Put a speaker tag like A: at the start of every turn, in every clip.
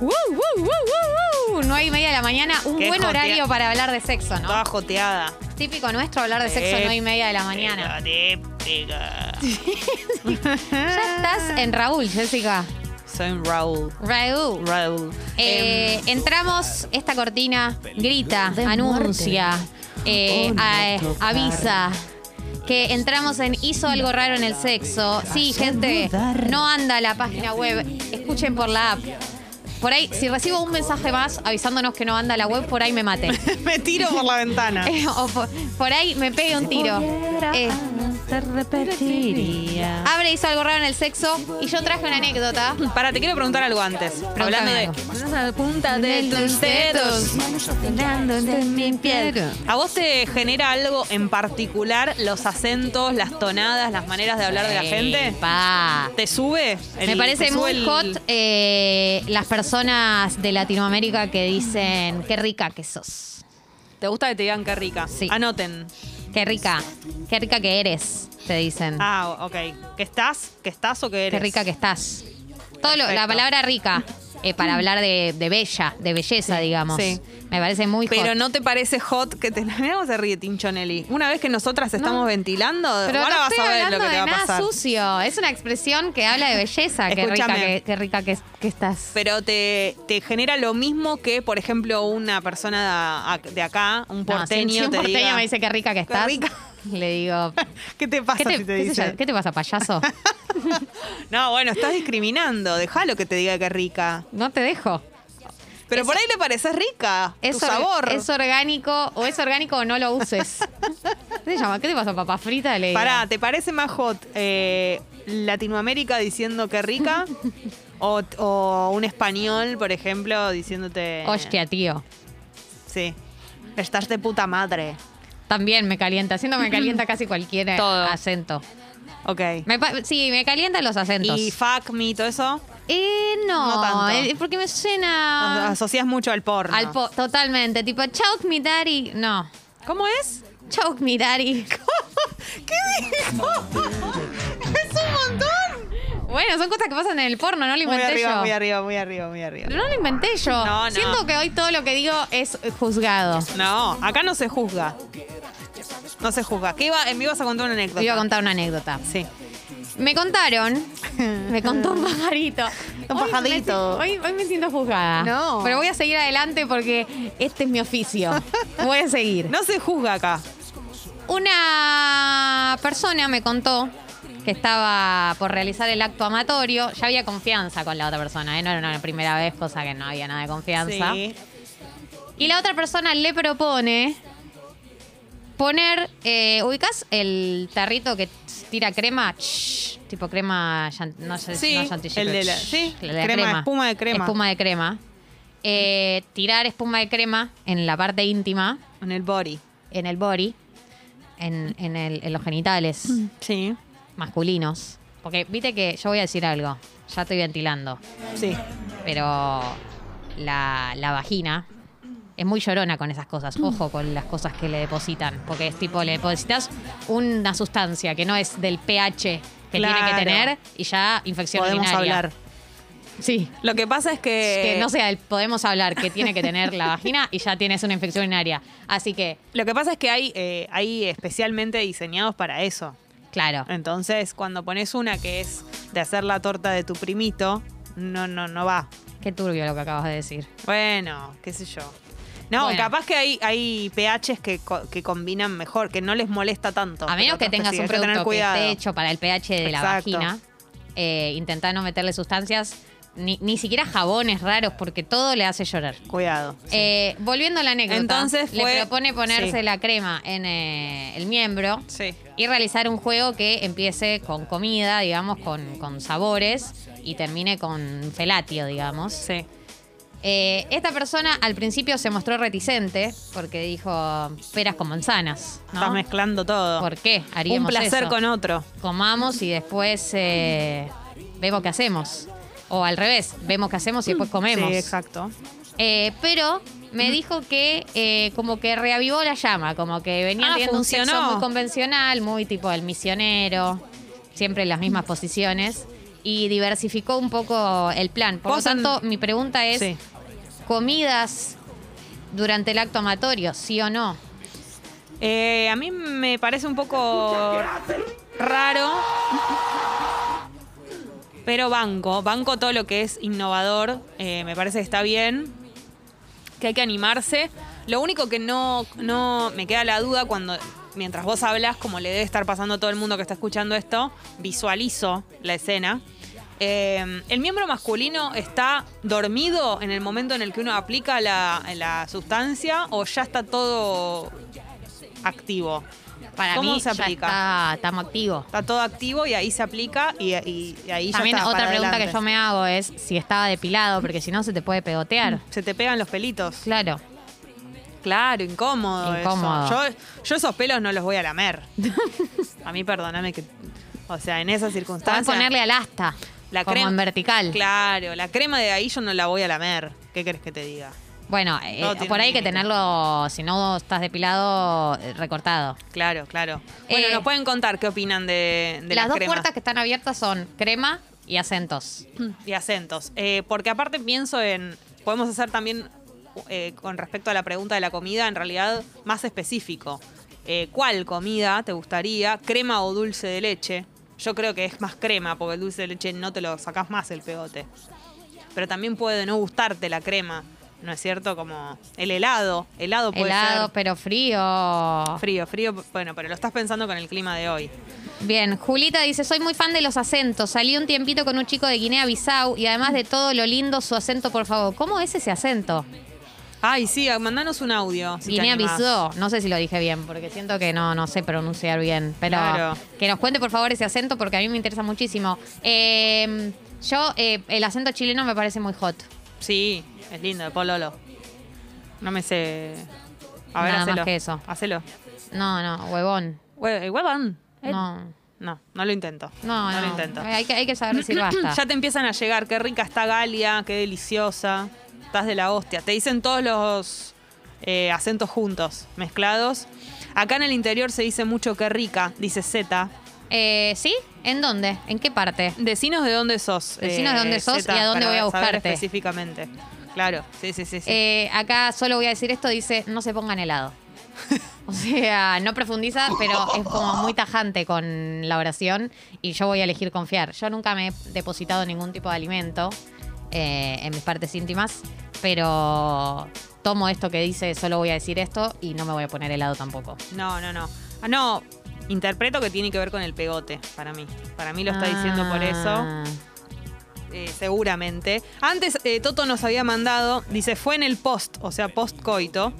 A: Uh, uh, uh, uh, uh. 9 y media de la mañana, un
B: Qué
A: buen
B: jotea-
A: horario para hablar de sexo, ¿no?
B: Toda joteada.
A: Típico nuestro hablar de sexo
B: Eh,
A: 9 y media de la mañana.
B: Típica, típica. eh.
A: Ya estás en Raúl, Jessica.
B: Soy un Raúl.
A: Raúl.
B: Raúl.
A: Eh,
B: em.
A: entramos, esta cortina grita,
C: De
A: anuncia, eh, a- avisa que entramos en hizo algo raro en el sexo. Sí, gente, no anda la página web, escuchen por la app. Por ahí, si recibo un mensaje más avisándonos que no anda la web, por ahí me maten.
B: Em, Me tiro por la ventana.
A: Eh, o por, por ahí me pegue un tiro. Eh,
C: Te repetiría.
A: abre hizo algo raro en el sexo y yo traje una anécdota.
B: Para, Ah, te quiero preguntar algo antes. Hablando de.
A: algo.
C: la punta
A: de tus dedos,
C: mi
B: ¿A vos te genera algo en particular los acentos, las tonadas, las maneras de hablar de la gente?
A: Pa.
B: ¿Te sube? El-
A: Me parece
B: te sube
A: muy
B: el-
A: hot eh, las personas de Latinoamérica que dicen qué rica que sos,
B: ¿Te gusta que te digan qué rica?
A: Sí.
B: Anoten.
A: qué rica, qué rica que eres, te dicen,
B: Ah, ok. ¿Qué estás? ¿Qué estás o qué
A: qué
B: eres?
A: rica que estás. Todo lo- la
B: Perfecto.
A: palabra rica eh, para hablar de, de bella, de belleza, digamos.
B: sí.
A: Me parece muy hot.
B: Pero no te parece hot que te. Mirá cómo se ríe Tinchonelli. Una vez que nosotras estamos ventilando,
A: Pero
B: ahora
A: no
B: vas
A: estoy
B: a ver lo
A: hablando
B: que te
A: de
B: va a
A: nada
B: pasar.
A: sucio. Es una expresión que habla de belleza. Qué rica,
B: Escúchame.
A: que, qué rica que, que estás.
B: Pero te, te genera lo mismo que, por ejemplo, una persona de, de acá, un
A: No, si-
B: porteño,
A: si un
B: te
A: porteño
B: diga,
A: me dice qué rica que
B: "Qué
A: estás.
B: rica".
A: Le digo,
B: ¿Qué te
A: ¿qué
B: pasa
A: te,
B: si te
A: qué sé
B: dice?
A: yo, ¿qué te pasa, payaso?
B: No, bueno, estás discriminando. Dejalo que te diga que rica.
A: No te dejo.
B: Pero por ahí le pareces rica.
A: Es,
B: tu
A: or-
B: sabor.
A: es orgánico, o es orgánico o no lo uses. ¿Qué te llama? ¿Qué te pasa, papá frita? Le digo.
B: Pará, ¿te parece más hot eh, Latinoamérica diciendo que rica? o, o un español, por ejemplo, diciéndote.
A: Hostia, tío.
B: Sí. Estás de puta madre.
A: También me calienta. Siendo me calienta casi cualquier eh,
B: Todo.
A: acento.
B: Ok.
A: Me pa- sí, me calientan los acentos.
B: Y fuck me, todo eso.
A: eh, no.
B: No tanto.
A: eh, porque me suena.
B: Asocias mucho al porno.
A: Ah. Al po- totalmente. Tipo, choke me daddy. No.
B: ¿Cómo es?
A: Choke me daddy.
B: ¿Qué dijo? ¡Es un montón!
A: Bueno, son cosas que pasan en el porno, no lo
B: Muy
A: inventé
B: arriba,
A: yo.
B: muy arriba, muy arriba, muy arriba.
A: No lo inventé yo.
B: No, no.
A: Siento que hoy todo lo que digo es juzgado.
B: No, acá no se juzga. No se juzga. ¿Qué iba? Me ibas a contar una anécdota.
A: Te iba a contar una anécdota.
B: Sí.
A: Me contaron, me contó un pajarito.
B: Un
A: Hoy me
B: pajarito.
A: si- Hoy, hoy me siento juzgada.
B: No.
A: Pero voy a seguir adelante porque este es mi oficio. Voy a seguir.
B: No se juzga acá.
A: Una persona me contó que estaba por realizar el acto amatorio. Ya había confianza con la otra persona, ¿eh? No era una primera vez, cosa que no había nada de confianza.
B: Sí.
A: Y la otra persona le propone poner, eh, ubicas el tarrito que tira crema, Shh, tipo crema, yan- no sé,
B: Sí,
A: no chantilly,
B: el
A: pero
B: de la-
A: shh,
B: sí, crema, espuma de crema.
A: espuma de crema. Eh, tirar espuma de crema en la parte íntima,
B: En el body.
A: en el body, en, en el- en los genitales
B: Mm. Sí.
A: masculinos. Porque viste que yo voy a decir algo, ya estoy ventilando,
B: Sí.
A: pero la, la vagina es muy llorona con esas cosas.
B: Mm.
A: Ojo con las cosas que le depositan. Porque es tipo, le depositas una sustancia que no es del pH que tiene
B: Claro.
A: que tener y ya infección
B: Podemos
A: urinaria.
B: hablar. Eh,
A: Sí.
B: Lo que pasa es que.
A: que no sea el podemos hablar que tiene que tener la vagina y ya tienes una infección urinaria. Así que,
B: Lo que pasa es que hay, eh, hay especialmente diseñados para eso.
A: claro.
B: Eh. Entonces, cuando pones una que es de hacer la torta de tu primito, no, no, no va.
A: Qué turbio lo que acabas de decir.
B: Bueno, qué sé yo. No,
A: Bueno.
B: capaz que hay, hay pHs que, co- que combinan mejor, que no les molesta tanto.
A: A menos
B: pero
A: que
B: otros
A: tengas
B: sí,
A: un
B: hay tener
A: producto que
B: cuidado.
A: esté hecho para el pH de la
B: Exacto.
A: vagina, eh, intentá no meterle sustancias, ni, ni siquiera jabones raros, porque todo le hace llorar.
B: Cuidado.
A: Eh, volviendo a la anécdota,
B: Entonces fue-
A: le propone ponerse
B: sí.
A: la crema en eh, el miembro
B: Sí.
A: y realizar un juego que empiece con comida, digamos, con, con sabores y termine con felatio, digamos.
B: Sí.
A: Eh, esta persona al principio se mostró reticente porque dijo peras con manzanas. ¿no?
B: Estás mezclando todo.
A: ¿Por qué haríamos
B: Un placer
A: eso?
B: con otro.
A: comamos y después eh, vemos qué hacemos. O al revés, vemos qué hacemos y después comemos.
B: Mm, Sí, exacto.
A: Eh, pero me dijo que eh, como que reavivó la llama, como que venía
B: Ah,
A: teniendo un sexo
B: funcionó.
A: muy convencional, muy tipo el misionero, siempre en las mismas posiciones. y diversificó un poco el plan. Por lo
B: Vos en-
A: tanto, mi pregunta es,
B: Sí.
A: comidas durante el acto amatorio, ¿sí o no?
B: Eh, a mí me parece un poco raro. Pero banco, banco todo lo que es innovador, eh, me parece que está bien, que hay que animarse. Lo único que no, no me queda la duda cuando, mientras vos hablas, como le debe estar pasando a todo el mundo que está escuchando esto, visualizo la escena. Eh, el miembro masculino está dormido en el momento en el que uno aplica la, la sustancia o ya está todo activo.
A: Para
B: ¿Cómo
A: mí
B: se
A: ya
B: aplica?
A: está- estamos activos.
B: Está todo activo y ahí se aplica y, y- y ahí
A: También
B: ya está.
A: otra
B: para
A: pregunta que
B: adelante.
A: yo me hago es si estaba depilado, porque si no se te puede pegotear.
B: Se te pegan los pelitos.
A: Claro.
B: Claro, incómodo. eso.
A: Incómodo.
B: Yo, yo esos pelos no los voy a lamer. a mí, perdóname que. O sea, en esas
A: También
B: circunstancias.
A: ponerle al asta,
B: la
A: como
B: crema-
A: en vertical.
B: Claro, la crema de ahí yo no la voy a lamer. ¿Qué crees que te diga?
A: Bueno, eh,
B: Todo tiene
A: por ahí
B: un
A: que
B: límite.
A: tenerlo, si no estás depilado, eh, recortado.
B: Claro, claro. Bueno,
A: Eh,
B: nos pueden contar qué opinan de, de
A: Las
B: la
A: dos
B: crema.
A: puertas que están abiertas son crema y acentos.
B: y acentos. Eh, porque aparte pienso en, podemos hacer también eh, con respecto a la pregunta de la comida, en realidad más específico. Eh, ¿Cuál comida te gustaría? ¿Crema o dulce de leche? Yo creo que es más crema, porque el dulce de leche no te lo sacás más el pegote. Pero también puede no gustarte la crema, ¿no es cierto? Como el helado. Helado puede
A: Helado,
B: ser
A: pero frío.
B: frío, frío. Bueno, pero lo estás pensando con el clima de hoy.
A: Bien, Julita dice, soy muy fan de los acentos. Salí un tiempito con un chico de Guinea-Bissau y además de todo lo lindo, su acento, por favor. ¿Cómo es ese acento?
B: Ay, sí, mandanos un audio. si te animás.
A: Guinea-Bissau, no sé si lo dije bien, porque siento que no, no sé pronunciar bien. Pero
B: Claro.
A: que nos cuente, por favor, ese acento, porque a mí me interesa muchísimo. Eh, yo, eh, el acento chileno me parece muy hot.
B: Sí, es lindo, de Pololo. No me sé. A ver,
A: Nada más
B: hacelo.
A: que eso.
B: Hacelo.
A: No, no, huevón.
B: Hue- eh, Huevón.
A: No,
B: No, no lo intento.
A: no, no. Eh,
B: lo intento.
A: Hay, que, hay que saber decir basta.
B: Ya te empiezan a llegar. Qué rica está Galia, qué deliciosa. Estás de la hostia. Te dicen todos los eh, acentos juntos, mezclados. Acá en el interior se dice mucho qué rica, dice Z.
A: Eh, ¿Sí? ¿En dónde? ¿En qué parte?
B: Decinos de dónde sos.
A: Decinos de dónde sos
B: Zeta,
A: y a dónde
B: para
A: voy a
B: saber
A: buscarte.
B: específicamente. Claro, sí, sí, sí. sí.
A: Eh, acá solo voy a decir esto, dice, no se pongan helado. O sea, no profundiza, pero es como muy tajante con la oración y yo voy a elegir confiar. Yo nunca me he depositado ningún tipo de alimento eh, en mis partes íntimas, pero tomo esto que dice, solo voy a decir esto y no me voy a poner helado tampoco.
B: No, no, no. Ah, no, interpreto que tiene que ver con el pegote, para mí. Para mí lo está diciendo por eso,
A: Ah.
B: eh, seguramente. Antes eh, Toto nos había mandado, dice, fue en el post, o sea, post coito.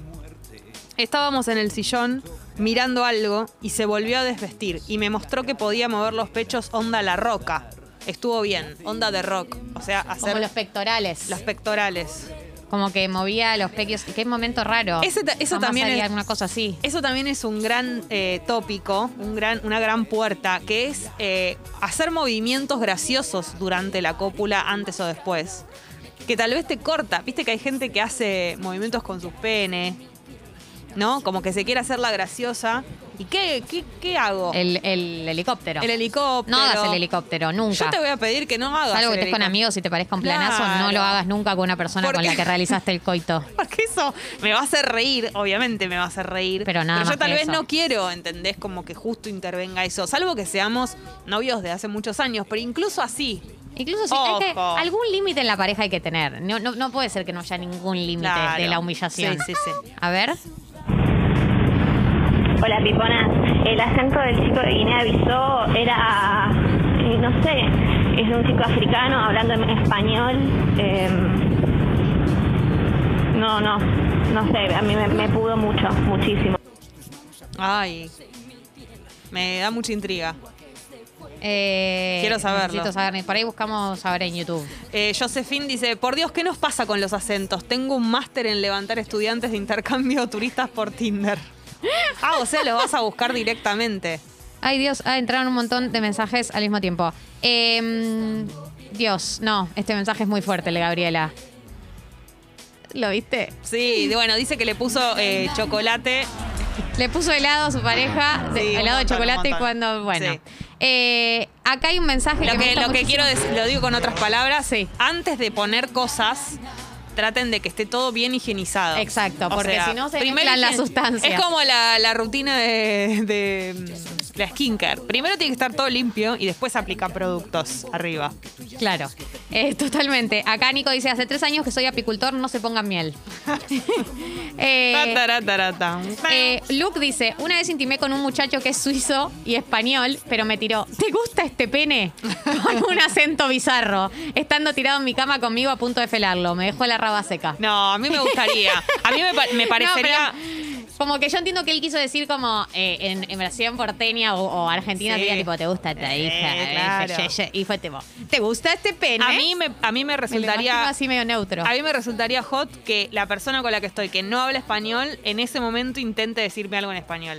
B: Estábamos en el sillón mirando algo y se volvió a desvestir y me mostró que podía mover los pechos onda la roca. Estuvo bien, onda de rock, o sea,
A: Como
B: hacer
A: los pectorales.
B: los pectorales.
A: Como que movía los pequios. Qué momento raro.
B: Ese ta- eso
A: Jamás
B: también
A: haría
B: es-
A: alguna cosa así.
B: Eso también es un gran eh, tópico, un gran, una gran puerta, que es eh, hacer movimientos graciosos durante la cópula, antes o después. Que tal vez te corta. Viste que hay gente que hace movimientos con sus pene, ¿no? Como que se quiere hacer la graciosa. ¿Y qué, qué, qué hago?
A: El, el helicóptero.
B: El helicóptero.
A: No hagas el helicóptero, nunca.
B: Yo te voy a pedir que no hagas.
A: Salvo que
B: el
A: estés con
B: helicóptero.
A: amigos y te parezca un planazo,
B: Claro.
A: no lo hagas nunca con una persona
B: ¿Por
A: con la
B: qué?
A: que realizaste el coito.
B: Porque eso me va a hacer reír, obviamente me va a hacer reír.
A: Pero nada
B: yo
A: más
B: tal
A: que
B: vez
A: eso.
B: no quiero, ¿entendés? Como que justo intervenga eso. Salvo que seamos novios de hace muchos años, pero incluso así.
A: Incluso si hay que,
B: Ojo.
A: algún límite en la pareja hay que tener. No, no, no puede ser que no haya ningún límite
B: Claro.
A: de la humillación.
B: Sí, sí, sí.
A: A ver,
D: Hola Pipona, el acento del chico de Guinea Bissau era, eh, no sé, es un chico africano hablando en español. eh, no, no, no sé, a mí me, me pudo mucho, muchísimo.
B: Ay. Me da mucha intriga.
A: eh,
B: Quiero saberlo.
A: necesito saber, Por ahí buscamos ahora en YouTube.
B: Eh, Josephine dice, por Dios, ¿qué nos pasa con los acentos? Tengo un máster en levantar estudiantes de intercambio turistas por Tinder. Ah, o sea, los vas a buscar directamente.
A: Ay, Dios, ah, entraron un montón de mensajes al mismo tiempo. Em, Dios, no, este mensaje es muy fuerte, el de Gabriela. ¿Lo viste?
B: Sí, y bueno, dice que le puso eh, chocolate
A: Le puso helado a su pareja, de-
B: Sí, un
A: helado de
B: montón, un
A: chocolate
B: montón.
A: cuando, bueno.
B: Sí.
A: Eh, Acá hay un mensaje
B: Lo
A: que, me
B: que,
A: gusta
B: lo que
A: muchísimo.
B: quiero decir, lo digo con otras palabras, antes de poner cosas, traten de que esté todo bien higienizado.
A: Exacto, porque si no se
B: primero
A: mezclan las
B: higiene-
A: sustancias.
B: Es como la, la rutina de, de, mm, la skincare. Primero tiene que estar todo limpio y después aplica productos arriba.
A: Claro, Eh, totalmente. Acá Nico dice, hace tres años que soy apicultor, no se pongan miel. eh,
B: Tataratarata.
A: eh, Luke dice, una vez intimé con un muchacho que es suizo y español, pero me tiró, ¿te gusta este pene? Con un acento bizarro, estando tirado en mi cama conmigo a punto de felarlo. Me dejó la raba seca.
B: no, a mí me gustaría. A mí me, pa- me parecería...
A: No, pero como que yo entiendo que él quiso decir como eh, en, en versión porteña o, o argentina
B: Sí.
A: sería tipo, ¿te gusta esta
B: Eh,
A: hija? Eh,
B: claro.
A: ye, ye. Y fue tipo, ¿te gusta este pene?
B: a mí me, a mí me
A: Me lo
B: resultaría...
A: imagino así medio neutro.
B: A mí me resultaría hot que la persona con la que estoy, que no habla español, en ese momento intente decirme algo en español.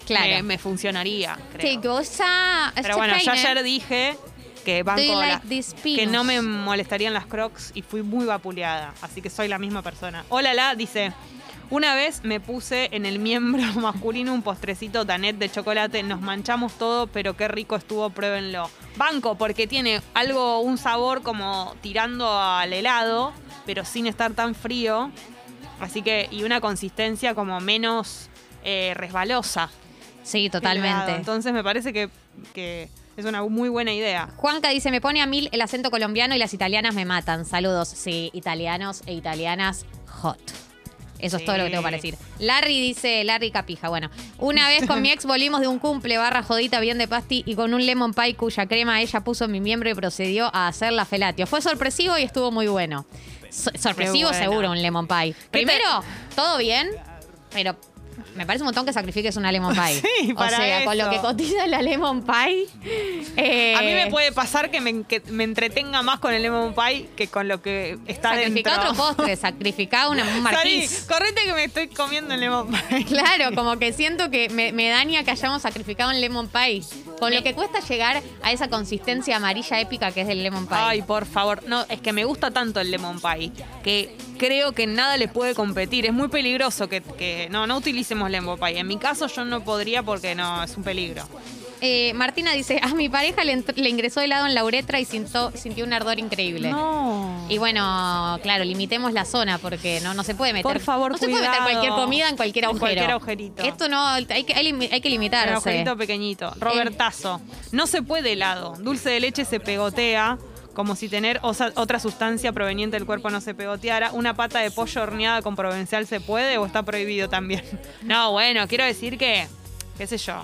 B: Me,
A: claro.
B: me funcionaría,
A: ¿Te
B: creo.
A: gusta este
B: Pero bueno, yo
A: pene?
B: ayer dije que banco
A: Do you
B: la-
A: like these
B: que
A: peanuts?
B: no me molestarían las crocs y fui muy vapuleada, así que soy la misma persona. Hola, la dice. Una vez me puse en el miembro masculino un postrecito tanet de chocolate, nos manchamos todo, pero qué rico estuvo, pruébenlo. Banco, porque tiene algo, un sabor como tirando al helado, pero sin estar tan frío. Así que, y una consistencia como menos eh, resbalosa.
A: Sí,
B: Helado.
A: totalmente.
B: Entonces me parece que, que es una muy buena idea.
A: Juanca dice, me pone a mil el acento colombiano y las italianas me matan. Saludos, sí, italianos e italianas, hot. Eso es todo lo que tengo para
B: Sí.
A: decir. Larry dice, Larry Capija, bueno. Una vez con mi ex volvimos de un cumple, barra jodita, bien de pasti, y con un lemon pie cuya crema ella puso en mi miembro y procedió a hacer la felatio. Fue sorpresivo y estuvo muy bueno. So- sorpresivo
B: Qué bueno.
A: seguro un lemon pie. Primero, todo bien, pero me parece un montón que sacrifiques una lemon pie.
B: Sí, para
A: o sea, con lo
B: eso.
A: que cotiza la lemon pie. eh,
B: a mí me puede pasar que me, que me entretenga más con el lemon pie que con lo que está
A: Sacrificá
B: dentro.
A: otro postre, sacrificá una, un
B: Salí,
A: marquís.
B: correte que me estoy comiendo el lemon pie.
A: Claro, como que siento que me, me daña que hayamos sacrificado un lemon pie. Con lo que cuesta llegar a esa consistencia amarilla épica que es el lemon pie.
B: Ay, por favor. No, es que me gusta tanto el lemon pie que creo que nada le puede competir. Es muy peligroso que, que- no, no utilicemos lemon pie. En mi caso yo no podría porque no, es un peligro.
A: Eh, Martina dice, a mi pareja le, entr- le ingresó helado en la uretra y sintió, sintió un ardor increíble.
B: No.
A: Y bueno, claro, limitemos la zona porque no, no se puede meter.
B: Por favor,
A: no se puede meter
B: cuidado.
A: cualquier comida en cualquier
B: En
A: agujero.
B: cualquier agujerito.
A: Esto no, hay que, hay, limi- hay que limitarse.
B: Un agujerito pequeñito. Robertazo. No se puede helado. Dulce de leche se pegotea. Como si tener osa- otra sustancia proveniente del cuerpo no se pegoteara. Una pata de pollo horneada con provencial se puede o está prohibido también. No, bueno, quiero decir que, qué sé yo.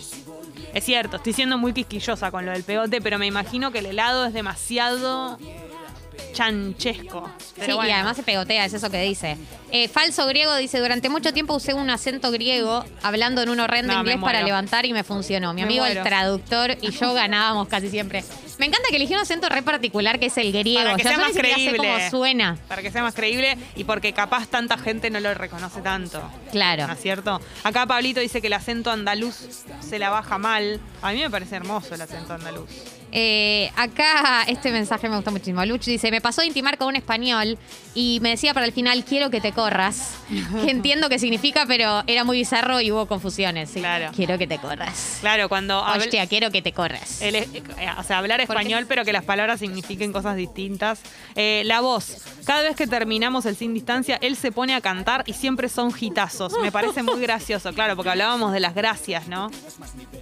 B: Es cierto, estoy siendo muy quisquillosa con lo del pegote, pero me imagino que el helado es demasiado chanchesco. Pero
A: sí, y
B: bueno.
A: además se pegotea, es eso que dice. Eh, falso griego dice, durante mucho tiempo usé un acento griego hablando en un horrendo
B: No, me
A: inglés para
B: muero.
A: levantar y me funcionó. Mi
B: Me
A: amigo el
B: muero.
A: traductor y yo ganábamos casi siempre. Me encanta que eligió un acento re particular que es el griego.
B: Para que
A: Ya yo
B: sea
A: ni
B: más
A: siquiera sé
B: creíble.
A: cómo suena.
B: Para que sea más creíble y porque capaz tanta gente no lo reconoce tanto.
A: Claro.
B: ¿No es cierto? Acá Pablito dice que el acento andaluz se la baja mal. A mí me parece hermoso el acento andaluz.
A: Eh, acá este mensaje me gusta muchísimo. Luch dice, me pasó de intimar con un español y me decía para el final, quiero que te corras. que entiendo qué significa, pero era muy bizarro y hubo confusiones. sí.
B: Claro.
A: Quiero que te corras.
B: Claro, cuando habla-
A: Hostia, quiero que te corras.
B: el es- eh, o sea, hablar
A: Porque-
B: español, pero que las palabras signifiquen cosas distintas. Eh, la voz. Cada vez que terminamos el sin distancia, él se pone a cantar y siempre son gitazos. Me parece muy gracioso, claro, porque hablábamos de las gracias, ¿no?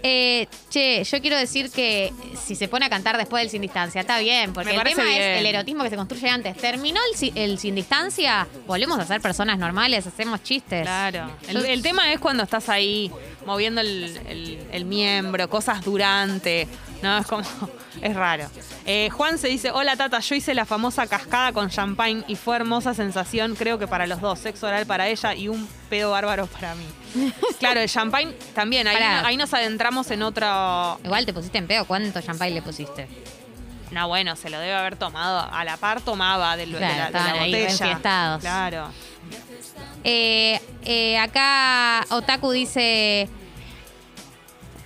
A: Eh, che, yo quiero decir que si se pone a cantar después del Sin Distancia, está bien, porque
B: Me
A: el
B: parece
A: tema es
B: bien.
A: el erotismo que se construye antes. Terminó el, si- el Sin Distancia, volvemos a ser personas normales, hacemos chistes.
B: Claro.
A: Yo-
B: El, el tema es cuando estás ahí moviendo el, el- el miembro, cosas durante. No, es como. Es raro. Eh, Juan se dice: Hola Tata, yo hice la famosa cascada con champagne y fue hermosa sensación, creo que para los dos. Sexo oral para ella y un pedo bárbaro para mí. Claro, el champagne también. Ahí,
A: Pará.
B: ahí nos adentramos en otro.
A: Igual te pusiste en pedo, ¿cuánto champagne le pusiste?
B: No, bueno, se lo debe haber tomado. A la par tomaba del- de,
A: Claro,
B: la, de la
A: estaban ahí
B: botella.
A: reenfiestados.
B: Claro.
A: Eh, eh, acá Otaku dice.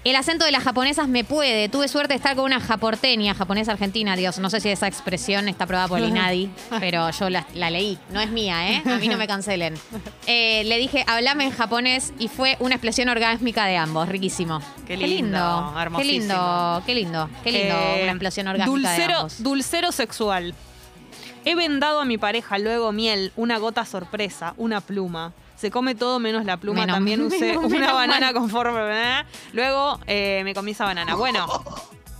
A: El acento de las japonesas me puede. Tuve suerte de estar con una japorteña, japonesa argentina, Dios. No sé si esa expresión está aprobada por el INADI, pero yo la, la leí. No es mía, ¿eh? A mí no me cancelen. Eh, le dije, hablame en japonés y fue una expresión orgásmica de ambos. Riquísimo.
B: Qué lindo,
A: Qué
B: hermosísimo.
A: lindo, qué lindo. Qué lindo
B: Eh,
A: una explosión orgánica de
B: Dulcero,
A: ambos.
B: dulcero sexual. He vendado a mi pareja luego miel, una gota sorpresa, una pluma. Se come todo menos la pluma.
A: Menos-
B: También usé
A: menos-
B: una
A: menos
B: banana
A: mal.
B: conforme. ¿eh? Luego eh, me comí esa banana. Bueno,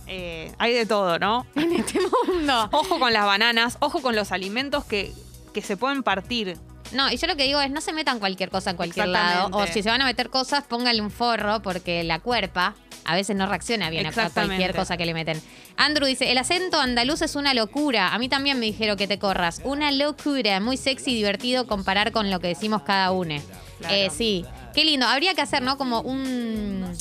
B: eh, hay de todo, ¿no?
A: en este mundo.
B: Ojo con las bananas, ojo con los alimentos que, que se pueden partir.
A: No, y yo lo que digo es, no se metan cualquier cosa en cualquier lado. O
B: Exactamente.
A: si se van a meter cosas, póngale un forro, porque la cuerpa a veces no reacciona bien a cualquier
B: Exactamente.
A: cosa que le meten. Andrew dice, el acento andaluz es una locura. A mí también me dijeron que te corras. Una locura, muy sexy y divertido comparar con lo que decimos cada uno.
B: Claro.
A: Eh, sí, qué lindo. Habría que hacer, ¿no? Como un...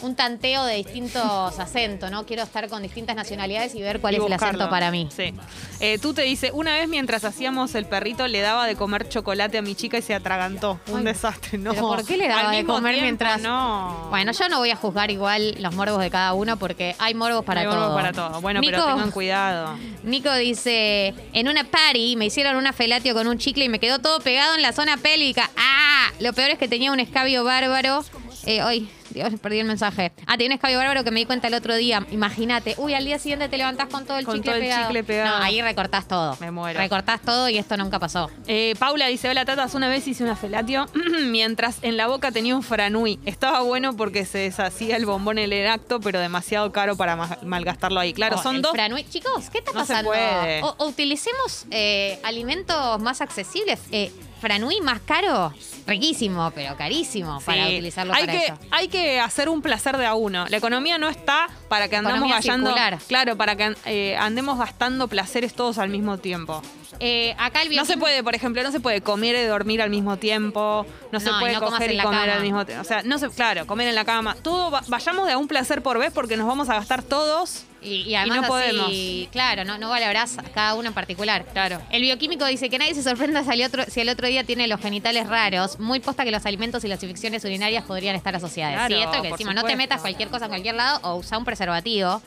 A: Un tanteo de distintos acentos, ¿no? Quiero estar con distintas nacionalidades y ver cuál
B: y
A: es el
B: buscarlo.
A: acento para mí.
B: Sí. Eh, tú te dice, una vez mientras hacíamos el perrito le daba de comer chocolate a mi chica y se atragantó. Un
A: Ay,
B: desastre, ¿no?
A: ¿pero por qué le daba
B: Al
A: de
B: mismo
A: comer
B: tiempo,
A: mientras-
B: No.
A: Bueno, yo no voy a juzgar igual los morbos de cada uno porque hay morbos para
B: Hay
A: todo.
B: morbos para todo. Bueno, pero
A: Nico-
B: tengan cuidado.
A: Nico dice, en una party me hicieron una felatio con un chicle y me quedó todo pegado en la zona pélvica. ¡Ah! Lo peor es que tenía un escabio bárbaro. Eh, ay, Dios, perdí el mensaje. Ah, tenía un escabio bárbaro que me di cuenta el otro día. Imagínate. Uy, al día siguiente te levantás con todo el,
B: Con
A: chicle,
B: todo el
A: pegado.
B: chicle pegado.
A: No, ahí recortás todo.
B: Me muero.
A: Recortás todo y esto nunca pasó.
B: Eh, Paula dice, hola tatas, una vez hice una felatio mientras en la boca tenía un franui. Estaba bueno porque se deshacía el bombón en el acto, pero demasiado caro para ma- malgastarlo ahí. Claro,
A: Oh,
B: son
A: el
B: dos...
A: franui- Chicos, ¿qué está
B: No se
A: pasando?
B: puede.
A: O, o utilicemos eh, alimentos más accesibles. Eh, franui más caro, riquísimo, pero carísimo para
B: Sí.
A: utilizarlo
B: hay
A: para
B: que,
A: eso.
B: Hay que hacer un placer de a uno. La economía no está para que andamos
A: Economía
B: gastando.
A: circular.
B: Claro, para que eh, andemos gastando placeres todos al mismo tiempo.
A: Eh, acá el
B: No se
A: Bioquímico-
B: puede, por ejemplo, no se puede comer y dormir al mismo tiempo. No se
A: No, y
B: puede
A: no comas
B: coger
A: en
B: y
A: la
B: comer
A: cama.
B: al mismo tiempo. O sea, no se, claro, comer en la cama. Todo va- vayamos de a un placer por vez porque nos vamos a gastar todos.
A: Y, y además
B: Y no
A: así, claro, no, no valorás a cada uno en particular.
B: Claro.
A: El bioquímico dice que nadie se sorprenda si al, otro, si al otro día tiene los genitales raros, muy posta que los alimentos y las infecciones urinarias podrían estar asociadas.
B: Claro,
A: sí, esto que
B: por
A: decimos, no te
B: supuesto.
A: metas cualquier cosa en cualquier lado o usa un preservativo.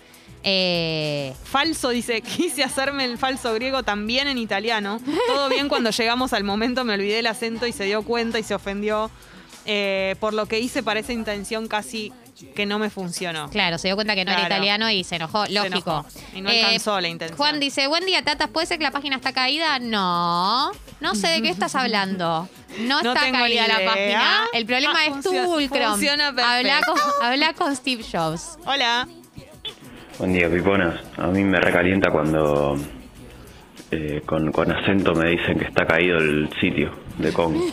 A: Eh,
B: Falso, dice, quise hacerme el falso griego también en italiano. Todo bien cuando llegamos al momento, me olvidé el acento y se dio cuenta y se ofendió. Eh, por lo que hice para esa intención casi que no me funcionó.
A: Claro, se dio cuenta que no era
B: Claro.
A: italiano y se enojó, lógico. Eh,
B: enojó y no alcanzó la intención.
A: Juan dice, buen día, Tatas, ¿puede ser que la página está caída? No, no sé de qué estás hablando. No
B: No
A: está
B: tengo
A: caída
B: ni
A: la
B: idea.
A: página. El problema
B: Ah,
A: es
B: funciona-
A: tú, Ulcrom.
B: funciona perfecto.
A: Habla con, habla con Steve Jobs.
B: Hola.
E: Buen día, piponas. A mí me recalienta cuando eh, con, con acento me dicen que está caído el sitio de Congo,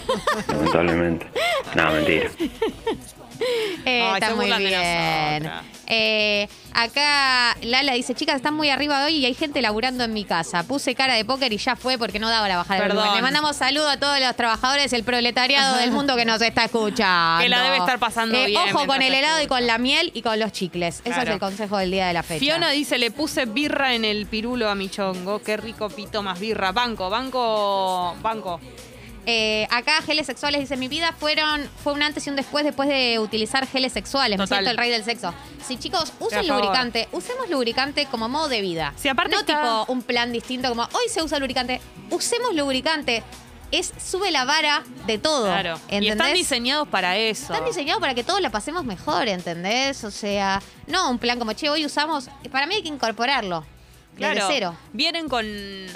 E: lamentablemente. No, mentira.
A: Eh,
B: Ay,
A: está
B: se
A: muy
B: burlan de
A: bien.
B: nosotras.
A: Eh, acá Lala dice, chicas, están muy arriba de hoy y hay gente laburando en mi casa. Puse cara de póker y ya fue porque no daba la bajada de
B: Perdón.
A: volumen. Le mandamos saludo a todos los trabajadores, el proletariado del mundo que nos está escuchando. Eh,
B: Que la debe estar pasando bien
A: Ojo
B: mientras
A: con el helado y
B: escucha.
A: con la miel y con los chicles. Eso es
B: Claro.
A: el consejo del día de la fecha.
B: Fiona dice, le puse birra en el pirulo a mi chongo. Qué rico pito más birra. Banco, banco, banco.
A: Eh, acá geles sexuales dice mi vida fueron fue un antes y un después después de utilizar geles sexuales. Me
B: Total.
A: siento el rey del sexo. Si chicos
B: Estoy
A: usen
B: a favor.
A: lubricante, usemos lubricante como modo de vida.
B: Sí, aparte
A: no
B: está-
A: tipo un plan distinto como hoy se usa lubricante. Usemos lubricante. Es sube la vara de todo.
B: Claro. Y están
A: ¿entendés?
B: diseñados para eso.
A: Están diseñados para que todos la pasemos mejor, ¿entendés? O sea, no un plan como che hoy usamos. Para mí hay que incorpororlo. Desde
B: Claro.
A: cero.
B: Vienen con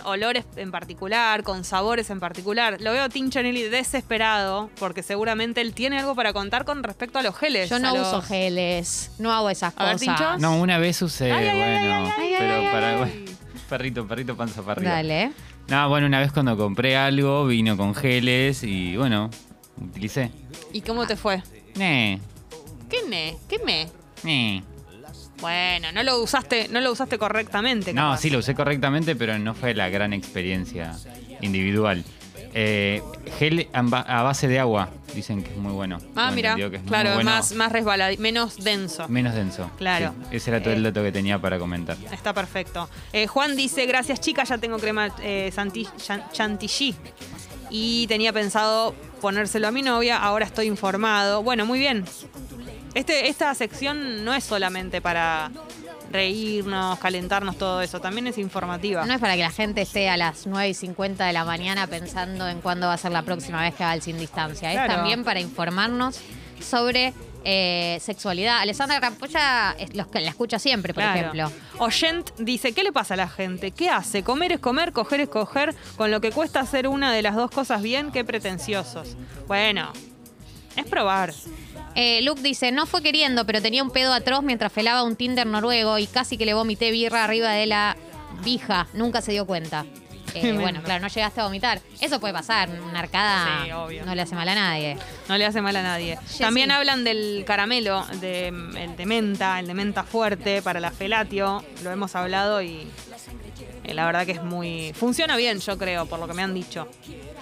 B: olores en particular, con sabores en particular. Lo veo a Tim Chanelli desesperado porque seguramente él tiene algo para contar con respecto a los geles.
A: Yo
B: a
A: no
B: los-
A: uso geles, no hago esas
B: A ver,
A: cosas.
B: Tincho.
F: No, una vez usé,
B: Ay, ay, ay,
F: bueno.
B: ay, ay,
F: pero
B: ay, ay,
F: para.
B: ay.
F: bueno, perrito, perrito, panza para arriba.
A: Dale.
F: No, bueno, una vez cuando compré algo, vino con geles y bueno, utilicé.
B: ¿Y cómo te fue?
F: Ne,
B: ¿Qué me? ¿Qué me?
F: ne.
B: Bueno, no lo usaste, no lo usaste correctamente.
F: No,
B: capaz.
F: sí, lo usé correctamente, pero no fue la gran experiencia individual. Eh, gel a ba- a base de agua, dicen que es muy bueno.
B: Ah,
F: Tengo
B: mira,
F: entendido que es muy
B: claro,
F: bueno,
B: más, más resbalado, menos denso.
F: Menos denso.
B: Claro. Eh.
F: Sí, ese era todo el dato que tenía para comentar.
B: Está perfecto. Eh, Juan dice, gracias chicas, ya tengo crema eh, santi- chan- chantilly. Y tenía pensado ponérselo a mi novia, ahora estoy informado. Bueno, muy bien. Este, esta sección no es solamente para reírnos, calentarnos, todo eso. También es informativa.
A: No es para que la gente esté a las 9 y 50 de la mañana pensando en cuándo va a ser la próxima vez que va al sin distancia. Es
B: Claro.
A: también para informarnos sobre eh, sexualidad. Alessandra Rampolla es- los que la escucha siempre, por
B: Claro.
A: ejemplo.
B: Oyent dice, ¿qué le pasa a la gente? ¿Qué hace? Comer es comer, coger es coger, con lo que cuesta hacer una de las dos cosas bien, qué pretenciosos. Bueno, es probar.
A: Eh, Luke dice, no fue queriendo, pero tenía un pedo atroz mientras felaba un Tinder noruego y casi que le vomité birra arriba de la vija. Nunca se dio cuenta. Eh,
B: Tremendo.
A: bueno, claro, no llegaste a vomitar. Eso puede pasar, una arcada
B: Sí, obvio.
A: no le hace mal a nadie.
B: No le hace mal a nadie.
A: Jessy.
B: También hablan del caramelo, de, el de menta, el de menta fuerte para la felatio. Lo hemos hablado y eh, la verdad que es muy... Funciona bien, yo creo, por lo que me han dicho,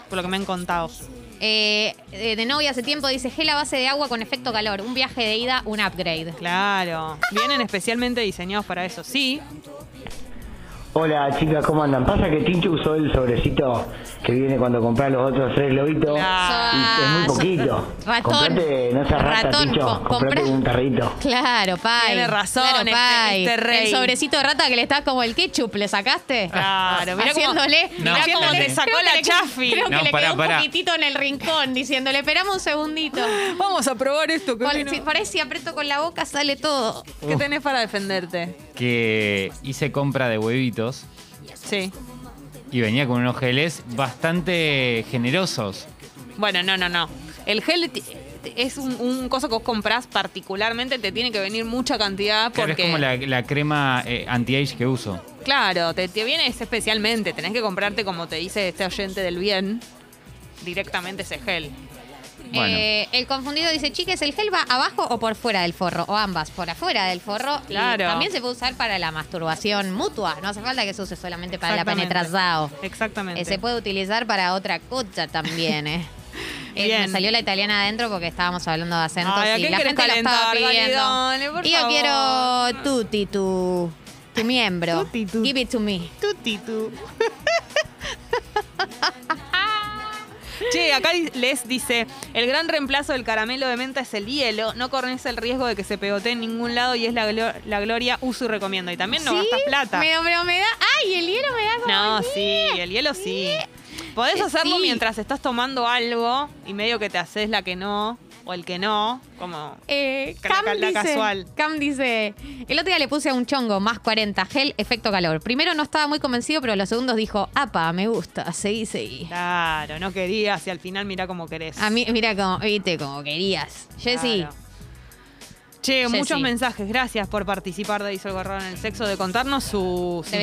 B: por lo que me han contado.
A: Eh, eh, de novia hace tiempo dice gel a base de agua con efecto calor. Un viaje de ida, un upgrade.
B: Claro, vienen especialmente diseñados para eso. Sí,
G: Hola chicas, ¿cómo andan? Pasa que Tincho usó el sobrecito que viene cuando compras los otros tres globitos.
B: Claro.
G: Y es muy poquito.
A: Ratón.
G: Comprate, no seas rata,
A: Ratón,
G: Tincho.
A: co-
G: comprate
A: comprá-
G: un tarrito.
A: Claro, Pai.
B: Tiene razón,
A: Claro,
B: este-
A: Pai.
B: este rey.
A: El sobrecito de rata que le estás como el ketchup, ¿le sacaste?
B: Claro, mirá cómo-
A: haciéndole,
F: No,
A: mirá
F: haciéndole-
A: cómo le-
B: sacó
A: creo que
B: la
A: le-
B: chafi.
A: Creo que
F: No,
A: le
F: pará,
A: quedó
F: pará.
A: un poquitito en el rincón diciéndole, esperamos un segundito.
B: Vamos a probar esto. ¿qué,
A: Con,
B: vino?
A: si, por ahí si aprieto con la boca sale todo.
B: ¿Qué tenés para defenderte?
F: Que hice compra de huevitos
B: Sí.
F: y venía con unos geles bastante generosos.
B: Bueno, no, no, no. El gel ti- ti- es un, un coso que vos comprás particularmente, te tiene que venir mucha cantidad
F: Claro,
B: porque...
F: es como la, la crema eh, anti-age que uso.
B: Claro, te, te viene es especialmente, tenés que comprarte, como te dice este oyente del bien, directamente ese gel.
F: Bueno.
A: Eh, el confundido dice, chiques, ¿el gel va abajo o por fuera del forro? O ambas, por afuera del forro. Y
B: Claro.
A: también se puede usar para la masturbación mutua. No hace falta que se use solamente para la
B: Exactamente.
A: penetración.
B: Exactamente.
A: Eh, se puede utilizar para otra cosa también, ¿eh? Eh,
B: Bien.
A: me salió la italiana adentro porque estábamos hablando de acentos
B: Ay, ¿a
A: y
B: qué
A: la
B: querés
A: gente lo estaba
B: calentar, Gali?
A: pidiendo.
B: Dale, por
A: y
B: favor.
A: yo quiero tutti, tu, tu miembro.
B: Tutti, tu.
A: Give it to me.
B: Tuti, tu. Che, acá di- les dice, el gran reemplazo del caramelo de menta es el hielo, no corres el riesgo de que se pegotee en ningún lado y es la, glo- la gloria, uso y recomiendo. Y también no
A: ¿Sí?
B: gastas plata.
A: Me, pero me da... ¡Ay, el hielo me da como...
B: No, sí, el hielo sí. Podés
A: Eh,
B: hacerlo
A: sí.
B: mientras estás tomando algo y medio que te haces la que no o el que no, como
A: Eh,
B: Ca-
A: Cam,
B: ca- la
A: dice,
B: casual.
A: Cam dice, el otro día le puse a un chongo más 40, gel, efecto calor. Primero no estaba muy convencido, pero los segundos dijo, apa, me gusta, seguí, seguí.
B: claro, no querías y al final mira cómo querés.
A: A mí, mira como, viste, como querías. Jessy,
B: Claro. Che,
A: Jessy.
B: muchos mensajes. Gracias por participar de Hizo el Gorrón en el Sexo, de contarnos sus
A: de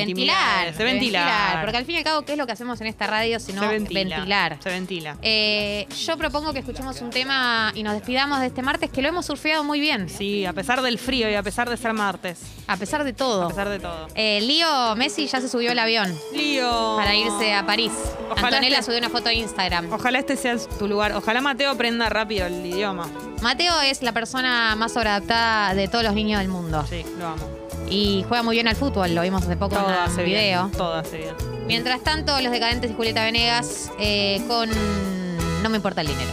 A: ventilar.
B: intimidades. De ventilar.
A: Porque al fin y al cabo, ¿qué es lo que hacemos en esta radio si no
B: se ventila.
A: ventilar?
B: Se ventila.
A: Eh, yo propongo que escuchemos un tema y nos despidamos de este martes, que lo hemos surfeado muy bien,
B: Sí, a pesar del frío y a pesar de ser martes.
A: a pesar de todo.
B: A pesar de todo.
A: Eh, Lío Messi ya se subió al avión
B: Lío.
A: para irse a París.
B: Ojalá
A: Antonella
B: que-
A: subió una foto a Instagram.
B: Ojalá este sea tu lugar. Ojalá Mateo aprenda rápido el idioma.
A: Mateo es la persona más sobreadaptada de todos los niños del mundo.
B: Sí, lo amo.
A: Y juega muy bien al fútbol, lo vimos hace poco
B: Todo
A: en
B: hace
A: un video.
B: bien. Todo hace bien.
A: Mientras tanto, los decadentes y Julieta Venegas eh, con No me importa el dinero.